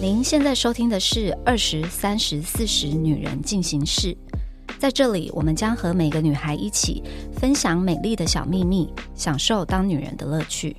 您现在收听的是《二十三十四十女人进行式》，在这里，我们将和每个女孩一起分享美丽的小秘密，享受当女人的乐趣。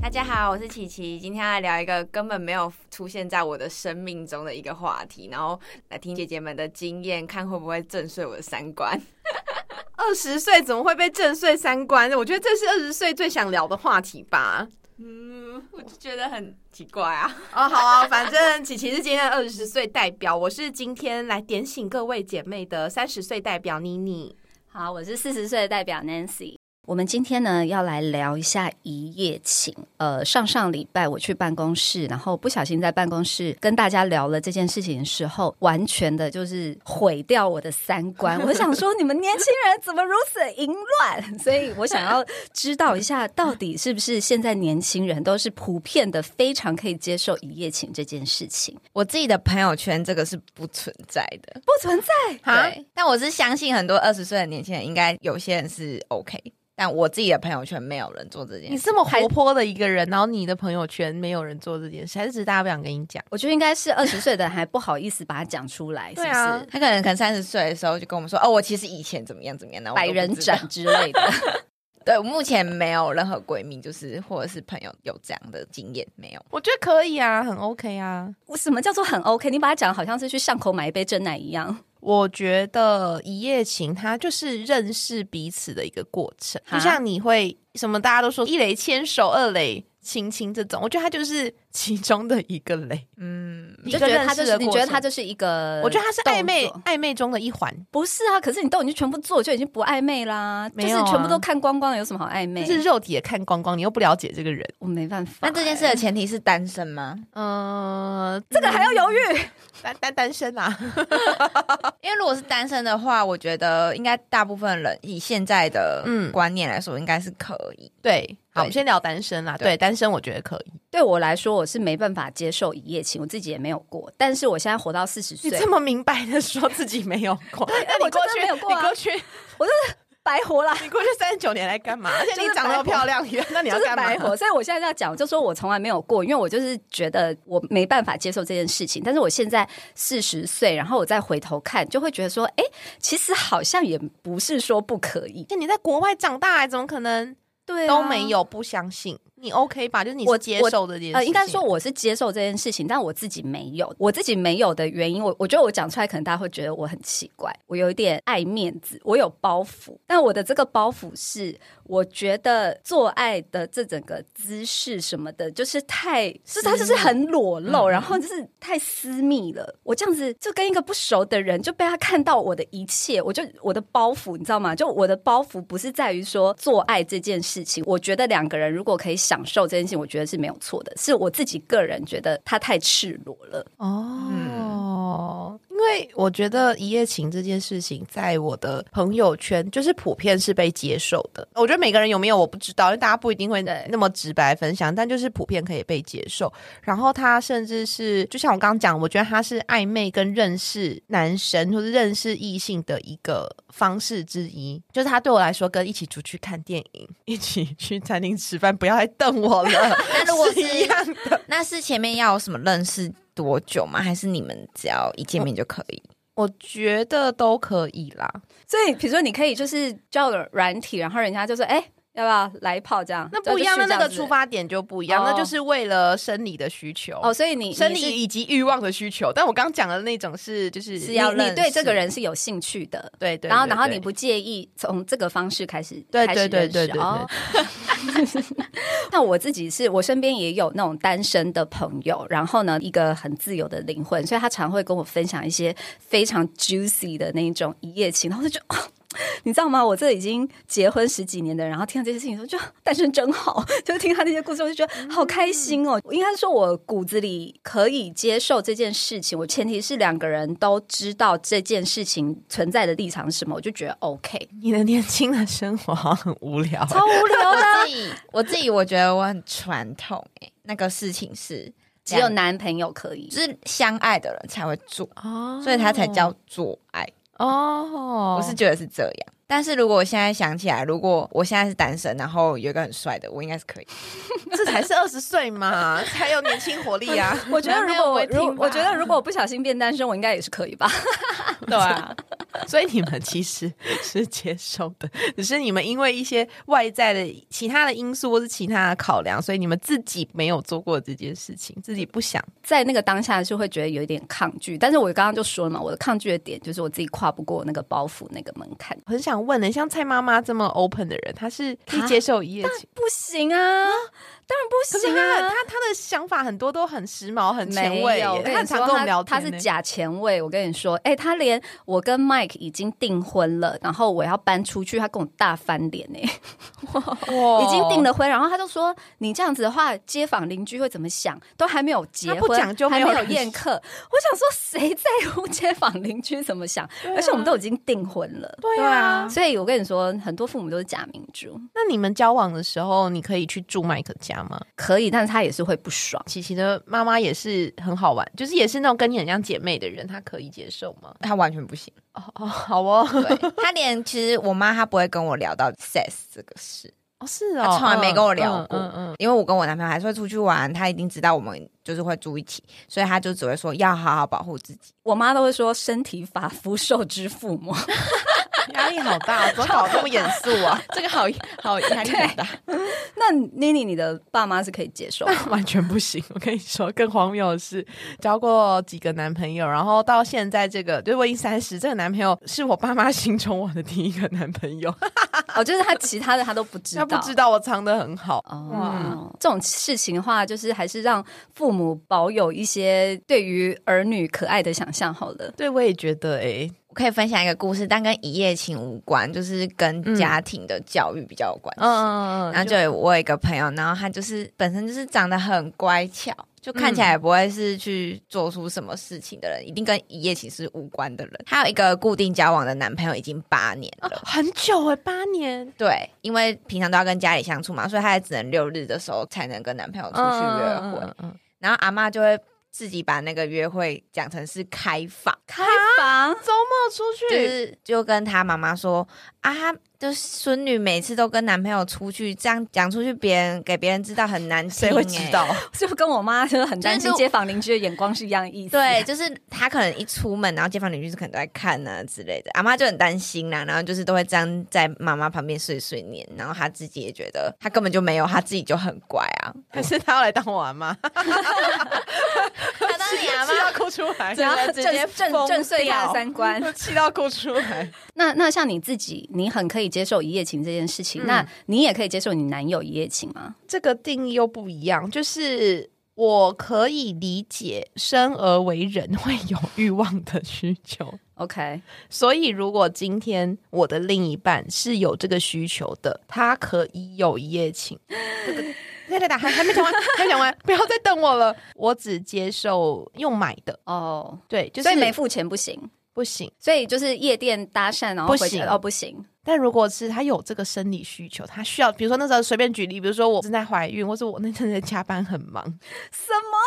大家好，我是琪琪，今天要来聊一个根本没有出现在我的生命中的一个话题，然后来听姐姐们的经验，看会不会震碎我的三观。 二十岁怎么会被震碎三观？我觉得这是二十岁最想聊的话题吧。嗯，我就觉得很奇怪啊。哦，好啊，反正琪琪是今天二十岁代表，我是今天来点醒各位姐妹的三十岁代表妮妮。好，我是四十岁的代表 Nancy。我们今天呢要来聊一下一夜情。呃，上上礼拜我去办公室，然后不小心在办公室跟大家聊了这件事情的时候，完全的就是毁掉我的三 观。我想说，你们年轻人怎么如此淫乱？ 所以我想要知道一下，到底是不是现在年轻人都是普遍的非常可以接受一夜情这件事情？我自己的朋友圈这个是不存在的，不存在。哈，对。但我是相信很多二十岁的年轻人，应该有些人是 OK，但我自己的朋友圈没有人做这件你事。这么活泼的一个人，然后你的朋友圈没有人做这件事，还是只是大家不想跟你讲？我觉得应该是二十岁的还不好意思把它讲出来，是不对啊是？他可能可能三十岁的时候就跟我们说：“哦，我其实以前怎么样怎么样的。”然后百我都不人知道斩。之类的。对，我目前没有任何闺蜜，就是或者是朋友有这样的经验，没有。我觉得可以啊，很 OK 啊。我 什么叫做很 OK？你把它讲得好像是去巷口买一杯真奶一样。我觉得一夜情它就是认识彼此的一个过程，哈就像你会什么大家都说一垒牵手，二垒亲亲这种，我觉得它就是其中的一个垒。嗯，你一就个觉得他认就识是，的你过觉得程他就是一个， 我觉得它是暧昧，暧昧中的一环，不是啊？可是你都已经全部做，就已经不暧昧啦，就没是有啊全部都看光光了，有什么好暧昧就？是肉体也看光光，你又不了解这个人，我没办法欸、那这件事的前提是单身吗？嗯，这 个还要犹豫？单单单身啊，因为如果是单身的话，我觉得应该大部分人以现在的嗯观念来说，应该是可以。对。好，对我们先聊单身啦。对，单身我觉得可以。对我来说，我是没办法接受一夜情，我自己也没有过。但是我现在活到四十岁你，这么明白的说自己没有过，那我你过真的去，没有过啊你过去，白活啦，你过去三十九年来干嘛？而且就是你长那么白活漂亮，那你要就是干嘛？白活，所以我现在要讲，就说我从来没有过，因为我就是觉得我没办法接受这件事情。但是我现在四十岁，然后我再回头看，就会觉得说，哎、其实好像也不是说不可以，那你在国外长大，怎么可能对都没。有不相信？你 OK 吧？就是你我是接受这件事情，呃，应该说我是接受这件事情，但我自己没有，我自己没有的原因，我我觉得我讲出来，可能大家会觉得我很奇怪，我有一点爱面子，我有包袱，但我的这个包袱是，我觉得做爱的这整个姿势什么的，就是太，就是它就是很裸露，嗯然后就是太私密了。我这样子就跟一个不熟的人就被他看到我的一切，我就我的包袱，你知道吗？就我的包袱不是在于说做爱这件事情，我觉得两个人如果可以享受这件事情，我觉得是没有错的，是我自己个人觉得他太赤裸了。哦，因为我觉得一夜情这件事情，在我的朋友圈就是普遍是被接受的。我觉得每个人有没有我不知道，因为大家不一定会对那么直白分享，但就是普遍可以被接受。然后他甚至是，就像我刚刚讲，我觉得他是暧昧跟认识男生或是认识异性的一个方式之一。就是他对我来说，跟一起出去看电影、一起去餐厅吃饭，不要再瞪我 了，那如果是是一样的。那是前面要有什么认识多久吗？还是你们只要一见面就可以？我觉得都可以啦。所以，比如说，你可以就是叫软体，然后人家就说，哎、要不要来一炮这样？那不一样，就那去那这个子出发点就不一样，哦那就是为了生理的需求哦，所以你生你是理以及欲望的需求。但我刚讲的那种是就是是你要你认对这识个人是有兴趣的，对对，然后对然后对你不介意从这个方式开始对开始对对认识对对哦 那我自己是我身边也有那种单身的朋友，然后呢，一个很自由的灵魂，所以他常会跟我分享一些非常 juicy 的那种一夜情，然后我就觉得。 哦你知道吗？我这已经结婚十几年的人，然后听到这些事情，说就单身真好，就是听他那些故事，我就觉得好开心哦。应该说，我骨子里可以接受这件事情，我前提是两个人都知道这件事情存在的立场是什么，我就觉得 OK。你的年轻的生活好像很无聊，超无聊的，我自己，我自己，我觉得我很传统哎、那个事情是只有两男朋友可以。就是相爱的人才会做，哦所以他才叫做爱。哦，我是觉得是这样，但是如果我现在想起来，如果我现在是单身，然后有一个很帅的，我应该是可以。这才是二十岁嘛， 才有年轻活力啊！ 我觉得如果我男朋友如会听吧我觉得如果我不小心变单身，我应该也是可以吧？ 对啊，所以你们其实是接受的，只是你们因为一些外在的其他的因素或是其他的考量，所以你们自己没有做过这件事情，自己不想。 在那个当下是会觉得有一点抗拒，但是我刚刚就说了嘛，我的抗拒的点就是我自己跨不过那个包袱那个门槛，很想问呢，像蔡妈妈这么 open 的人，她是可以她接受一夜 情？不行啊，当然不可是行她啊她。她的想法很多都很时髦、很前卫没耶，有，我跟她你很说常，跟我们聊他天他呢。是假前卫。我跟你说，哎、他连我跟 Mike 已经订婚了，然后我要搬出去，他跟我大翻脸哎、哇哦已经啊订了婚，然后他就说你这样子的话，街坊邻居会怎么想？都还没有结他不婚，讲究没还有没有人宴客。我想说，谁在乎街坊邻居怎么想？啊而且我们都已经订婚了。对啊，所以我跟你说，很多父母都是假民主，那你们交往的时候，你可以去住麦克家吗？可以，但是他也是会不爽。琪琪的妈妈也是很好玩，就是也是那种跟你很像姐妹的人，她可以接受吗？他完全不行。哦哦，好哦，对，他连其实我妈她不会跟我聊到 sex 这个事， 哦是她哦，从来没跟我聊过嗯嗯嗯 因为我跟我男朋友还是会出去玩，他一定知道我们就是会住一起，所以他就只会说要好好保护自己。我妈都会说“身体发肤受之父母 嗯压力好大， 怎么搞得这么严肃啊？这个好好啊压力很大，”。那妮妮，你的爸妈是可以接受吗？完全不行！我跟你说，更荒谬的是，交过几个男朋友，然后到现在这个，就是我已经三十，这个男朋友是我爸妈心中我的第一个男朋友，哦，就是他其他的他都不知 他道，不知道我藏的很好。哦，这种事情的话，就是还是让父母保有一些对于儿女可爱的想象好了。对，我也觉得哎、我可以分享一个故事，但跟一夜情无关，就是跟家庭的教育比较有关系。嗯嗯嗯，然后就有我有一个朋友，然后他就是本身就是长得很乖巧，就看起来也不会是去做出什么事情的人，一定跟一夜情是无关的人。他有一个固定交往的男朋友已经八年了。很久哎、八年。对，因为平常都要跟家里相处嘛，所以她也只能六日的时候才能跟男朋友哦出去约嗯会。嗯嗯嗯然后阿妈就会自己把那个约会讲成是开放，开房周末出去，就是就跟她妈妈说啊，她就是孙女每次都跟男朋友出去，这样讲出去别人给别人知道很难听、欸谁会知？道？ 就跟我妈就是很担就是心街坊邻居的眼光是一样的意思。对，就是她可能一出门，然后街坊邻居可能都在看啊之类的，阿妈就很担心啦，然后就是都会这样在妈妈旁边碎碎念，然后她自己也觉得她根本就没有，她自己就很乖啊，还是他要来当我阿妈？她当你 阿 气到哭出来，只要对直接震震疯震碎他掉的三观。 气到哭出来。那那像你自己，你很可以接受一夜情这件事情，嗯那你也可以接受你男友一夜情吗？这个定义又不一样，就是我可以理解生而为人会有欲望的需求， OK，所以如果今天我的另一半是有这个需求的，他可以有一夜情。这个对对对，还还没讲完，还没讲完，不要再等我了。我只接受用买的，哦、对，就是所以没付钱不行，不行。所以就是夜店搭讪然后回不行家哦不行，但如果是他有这个生理需求，他需要，比如说那时候随便举例，比如说我正在怀孕，或是我那阵在加班很忙，什么？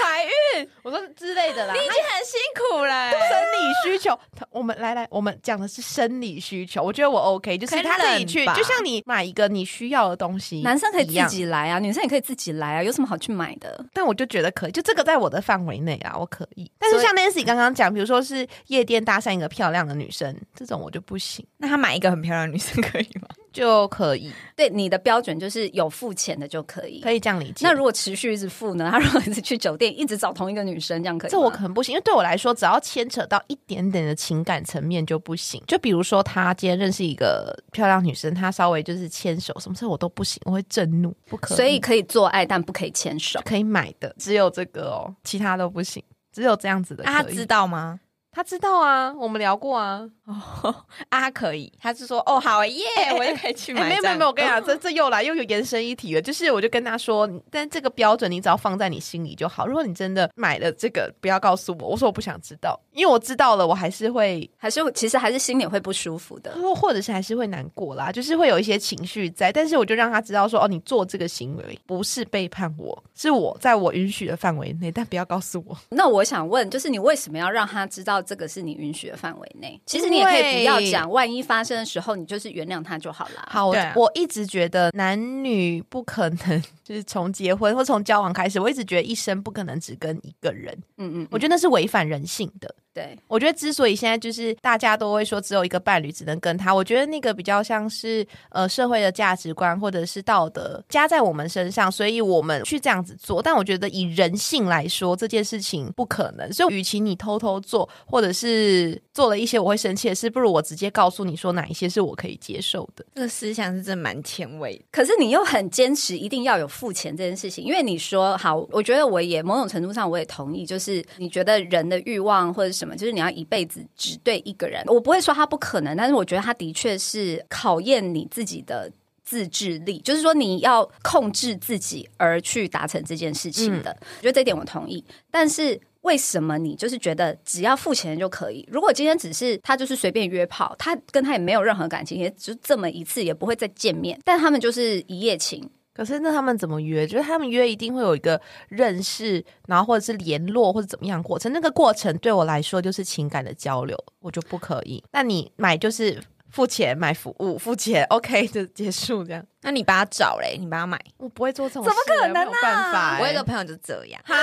怀孕，我说之类的啦。你已经很辛苦 了、生理需求，他我们来来，我们讲的是生理需求，我觉得我 OK，就是他可以去，可以忍吧就像你买一个你需要的东西，男生可以一自样，己来啊，女生也可以自己来啊，有什么好去买的？但我就觉得可以，就这个在我的范围内啊，我可以。但是所以像 Nancy 刚刚讲，比如说是夜店搭讪一个漂亮的女生，这种我就不行，那他买一个很漂亮的女生可以吗？就可以，对你的标准就是有付钱的就可以。可以这样理解。那如果持续一直付呢？他如果一直去酒店一直找同一个女生，这样可以吗？这我可能不行，因为对我来说，只要牵扯到一点点的情感层面就不行。就比如说，他今天认识一个漂亮女生，他稍微就是牵手，什么事我都不行，我会震怒，不可以。所以可以做爱，但不可以牵手。可以买的，只有这个哦，其他都不行，只有这样子的可以。啊，他知道吗？他知道啊，我们聊过啊。啊，他可以，他是说哦，好耶，我就可以去哎、买没有这样。嗯没有没有，我跟你讲，这这又来又有延伸一题了。就是我就跟他说，但这个标准你只要放在你心里就好。如果你真的买了这个，不要告诉我，我说我不想知道，因为我知道了，我还是会，呃还是其实还是心里会不舒服的。或或者是还是会难过啦，就是会有一些情绪在。但是我就让他知道说，哦，你做这个行为不是背叛我，是我在我允许的范围内，但不要告诉我。那我想问，就是你为什么要让他知道这个是你允许的范围内？其实你也可以不要讲，万一发生的时候，你就是原谅他就好啦。好，我、对啊我一直觉得男女不可能 就是从结婚或从交往开始，我一直觉得一生不可能只跟一个人，嗯嗯，我我觉得那是违反人性的。对，我觉得之所以现在就是大家都会说只有一个伴侣只能跟他，我觉得那个比较像是呃社会的价值观或者是道德加在我们身上，所以我们去这样子做。但我觉得以人性来说，这件事情不可能。所以，与其你偷偷做，或者是做了一些我会生气的事，不如我直接告诉你说哪一些是我可以接受的。这个思想是真的蛮前卫的。可是你又很坚持一定要有付钱这件事情，因为你说好，我觉得我也某种程度上我也同意，就是你觉得人的欲望或者什么，就是你要一辈子只对一个人，我不会说他不可能，但是我觉得他的确是考验你自己的。自制力，就是说你要控制自己而去达成这件事情的，我觉得这一点我同意。但是为什么你就是觉得只要付钱就可以？如果今天只是他就是随便约炮，他跟他也没有任何感情，也就这么一次，也不会再见面，但他们就是一夜情。可是那他们怎么约？就是他们约一定会有一个认识，然后或者是联络或者怎么样过程。那个过程对我来说就是情感的交流，我就不可以。那你买就是付钱买服务，付钱 OK 就结束这样。那你把它找嘞，你把它买。我不会做这种怎么事可能啊没有办法、欸我有一个朋友就这样，哈，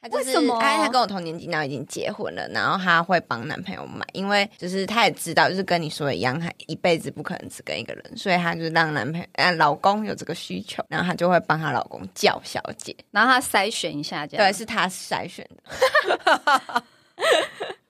她就是为什么她她跟我同年纪，然后已经结婚了，然后她会帮男朋友买，因为就是她也知道，就是跟你说的一样，她一辈子不可能只跟一个人，所以她就是让男朋友呃老公有这个需求，然后她就会帮她老公叫小姐，然后他筛选一下，这样对，是她筛选的，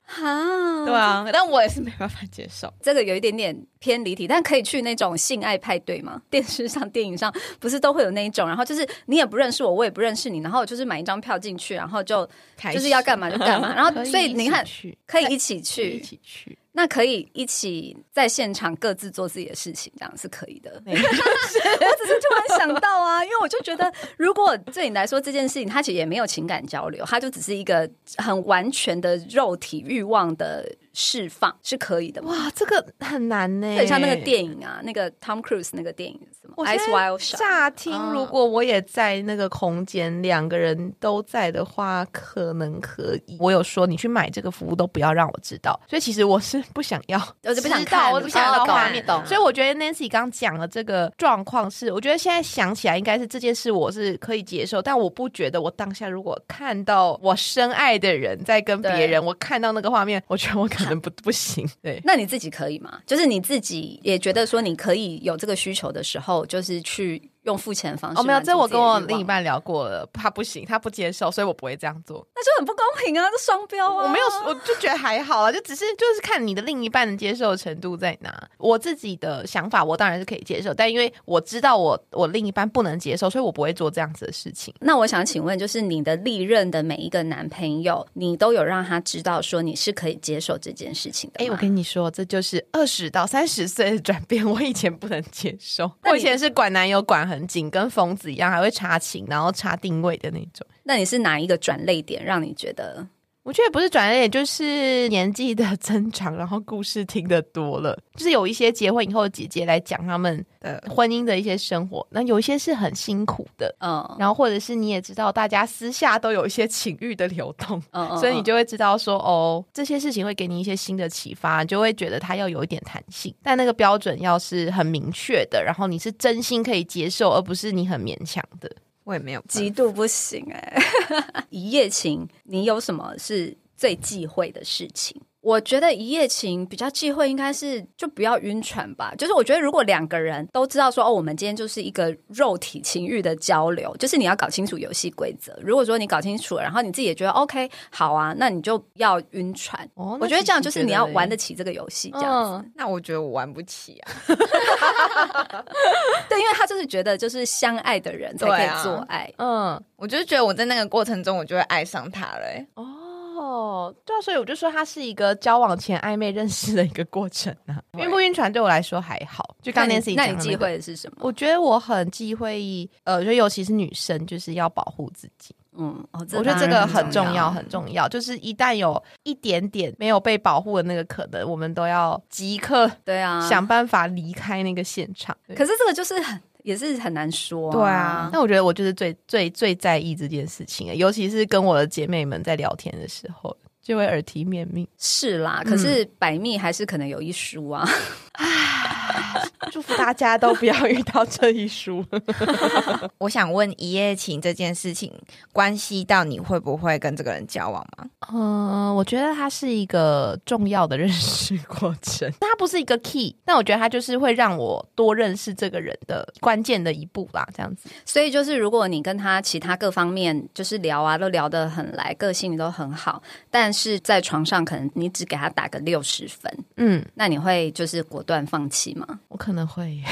哈，对啊， 但我也是没办法接受，这个有一点点偏离题，但可以去那种性爱派对吗？电视上、电影上不是都会有那一种，然后就是你也不认识我，我也不认识你，然后就是买一张票进去，然后就 开就始是要干嘛就干 嘛，然后所以你看可一可以起去一起可以一去，起去，那可以一起在现场各自做自己的事情，这样是可以的。没有 我只是突然想到啊，因为我就觉得，如果对你来说这件事情，它其实也没有情感交流，它就只是一个很完全的肉体欲望的释放，是可以的嘛？哇，这个很难呢、很像那个。电影啊，那个 Tom Cruise 那个电影什么我《现 Ice 在 Wild Shot》，乍听，如果我也在那个空间，两个人都在的话，可能可以。我有说你去买这个服务都不要让我知道，所以其实我是不想要，我就不想知道看，哦我不不想要懂画面。懂所以我觉得 Nancy 刚讲的这个状况是，我觉得现在想起来应该是这件事我是可以接受，但我不觉得我当下如果看到我深爱的人在跟别对人，我看到那个画面，我觉得我可能不 不行。对，那你自己可以吗？就是你自己也觉得说你可以有这个需求的时候，就是去用付钱的方式哦，没有，满足这我自己跟的我欲望另一，半聊过了，他不行，他不接受，所以我不会这样做。那就很不公平啊，这双标啊！我没有，我就觉得还好啊，就只是就是看你的另一半的接受程度在哪。我自己的想法，我当然是可以接受，但因为我知道我我另一半不能接受，所以我不会做这样子的事情。那我想请问，就是你的历任的每一个男朋友，你都有让他知道说你是可以接受这件事情的哎、吗？我跟你说，这就是二十到三十岁的转变。我以前不能接受，那我你以前是管男友管很紧，跟疯子一样，还会查寝，然后查定位的那种。那你是哪一个转泪点让你觉得？我觉得不是转捩点，就是年纪的增长，然后故事听得多了，就是有一些结婚以后的姐姐来讲他们的婚姻的一些生活，那有一些是很辛苦的，嗯然后或者是你也知道，大家私下都有一些情欲的流动，嗯嗯所以你就会知道说，哦，这些事情会给你一些新的启发，你就会觉得它要有一点弹性，但那个标准要是很明确的，然后你是真心可以接受，而不是你很勉强的。我也没有办法极度不行哎、 一夜情，你有什么是最忌讳的事情？我觉得一夜情比较忌讳应该是就不要晕船吧。就是我觉得如果两个人都知道说哦，我们今天就是一个肉体情欲的交流，就是你要搞清楚游戏规则。如果说你搞清楚了，然后你自己也觉得 OK 好啊，那你就不要晕船。哦我觉得这样就是你要玩得起起这个游戏，这这样子。样子。那我觉得我玩不起啊，对，因为他就是觉得就是相爱的人才可对以啊做爱。嗯我就是觉得我在那个过程中，我就会爱上他了、欸哦，哦，对啊，所以我就说它是一个交往前暧昧认识的一个过程啊。晕不晕船对我来说还好，就刚那 n a 你 n 那你忌讳的是什么？我觉得我很忌讳，呃，就尤其是女生，就是要保护自己。嗯，哦，我觉得这当个然很重重要，很重要。就是一旦有一点点没有被保护的那个可能，我们都要即刻对啊，想办法离开那个现场。对可是这个就是很也是很难说、对啊，，那我觉得我就是最最最在意这件事情，尤其是跟我的姐妹们在聊天的时候，就会耳提面命。是啦。可是嗯百密还是可能有一疏啊。 祝福大家都不要遇到这一 输。我想问一夜情这件事情，关系到你会不会跟这个人交往吗？嗯，我觉得它是一个重要的认识过程， 它不是一个 key，但我觉得它就是会让我多认识这个人的关键的一步啦，这样子。所以就是，如果你跟他其他各方面就是聊啊，都聊得很来，个性都很好，但是在床上可能你只给他打个六十分，嗯，那你会就是果断放弃 吗？我可能会耶，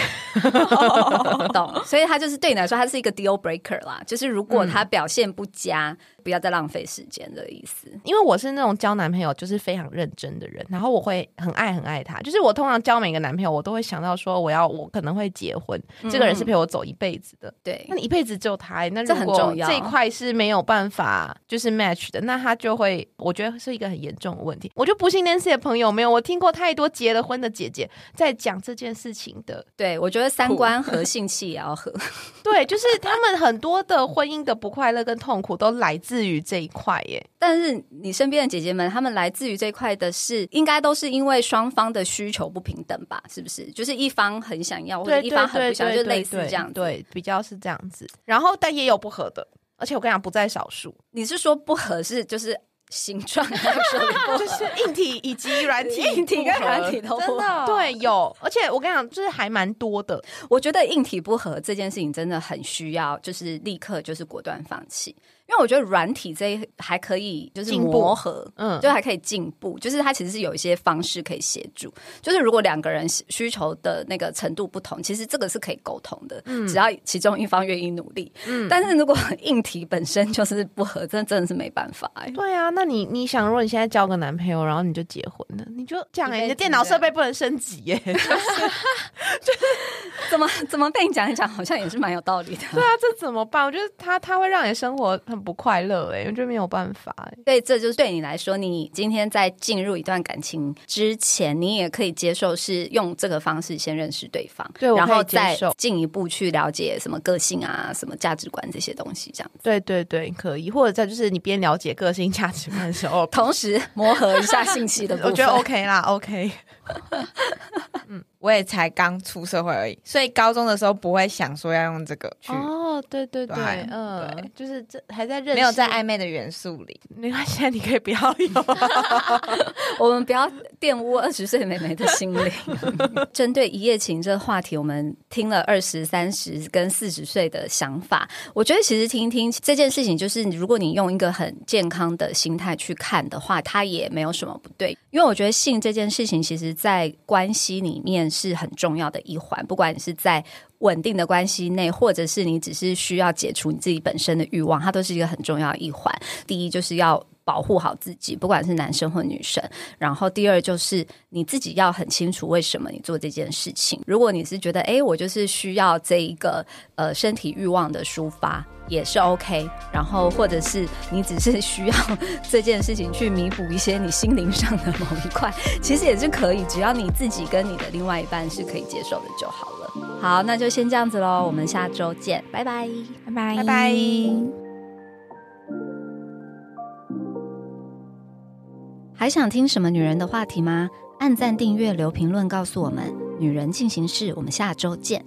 懂？所以他就是对你来说，他是一个 deal breaker 啦，就是如果他嗯表现不佳，不要再浪费时间的意思。因为我是那种交男朋友就是非常认真的人，然后我会很爱很爱他，就是我通常交每个男朋友，我都会想到说我要我可能会结婚，这个人是陪我走一辈子的。对那，你一辈子只有他、欸那嗯这如很果重要这一块是没有办法就是 match 的，那他就会，我觉得是一个很严重的问题。我就不信 Nancy 的朋友没有，我听过太多结了婚的姐姐在讲这件事情的。对我觉得三观和性气也要合。对，就是他们很多的婚姻的不快乐跟痛苦都来自于这一块耶。但是你身边的姐姐们，她们来自于这一块的是，应该都是因为双方的需求不平等吧？是不是？就是一方很想要，或者对，一对方很对不想要，对就对类似对这样子。对，比较是这样子。然后但也有不合的，而且我跟你讲，不在少 数，你是说不合适，就是形状来说你不合， 就是硬体 以及软体硬体跟不合软体都不合。对有，而且我跟你讲，就是还蛮多的。我觉得硬体不合这件事情真的很需要，就是立刻就是果断放弃，因为我觉得软体这一还可以就是进步磨合，嗯，就还可以进步，就是它其实是有一些方式可以协助。就是如果两个人需需求的那个程度不同，其实这个是可以沟通的，嗯只要其中一方愿意努力。但是如果硬体本身就是不合， 真的真的是没办法哎、对啊，那你你想，如果你现在交个男朋友，然后你就结婚了，你就这样哎、一辈你的子电脑的设备不能升级 耶、对啊，怎么怎么被你讲一讲，好像也是蛮有道理的。 啊这怎么办？我觉得他他会让你生活很不快乐哎、我觉得没有办法哎、所以这就是对你来说，你今天在进入一段感情之前，你也可以接受是用这个方式先认识对方，对我可以然后接再受进一步去了解什么个性啊、什么价值观这些东西，这样。，对对对，可以，或者再就是你边了解个性价值观的时 候同时磨合一下信息的部分。哦 我觉得 OK 啦，OK。我也才刚出社会而已，所以高中的时候不会想说要用这个去，哦，对对对对，对嗯，就是这还在认识，没有在暧昧的元素里。没关系啊，你可以不要有。我们不要玷污二十岁妹妹的心灵。针对一夜情这个话题，我们听了二十三十跟四十岁的想法，我觉得其实听一听这件事情，就是如果你用一个很健康的心态去看的话，它也没有什么不对。因为我觉得性这件事情，其实在关系里面是很重要的一环，不管你是在稳定的关系内，或者是你只是需要解除你自己本身的欲望，它都是一个很重要的一环。第一就是要保护好自己，不管是男生或女生。然后第二就是你自己要很清楚为什么你做这件事情。如果你是觉得，诶，我就是需要这一个呃身体欲望的抒发，也是 OK。然后或者是你只是需要这件事情去弥补一些你心灵上的某一块， 其实也是可以，只要你自己跟你的另外一半是可以接受的就好了。好，那就先这样子喽，我们下周见，拜拜。 拜拜拜拜还想听什么女人的话题吗？按赞、订阅、留评论，告诉我们。女人进行式，我们下周见。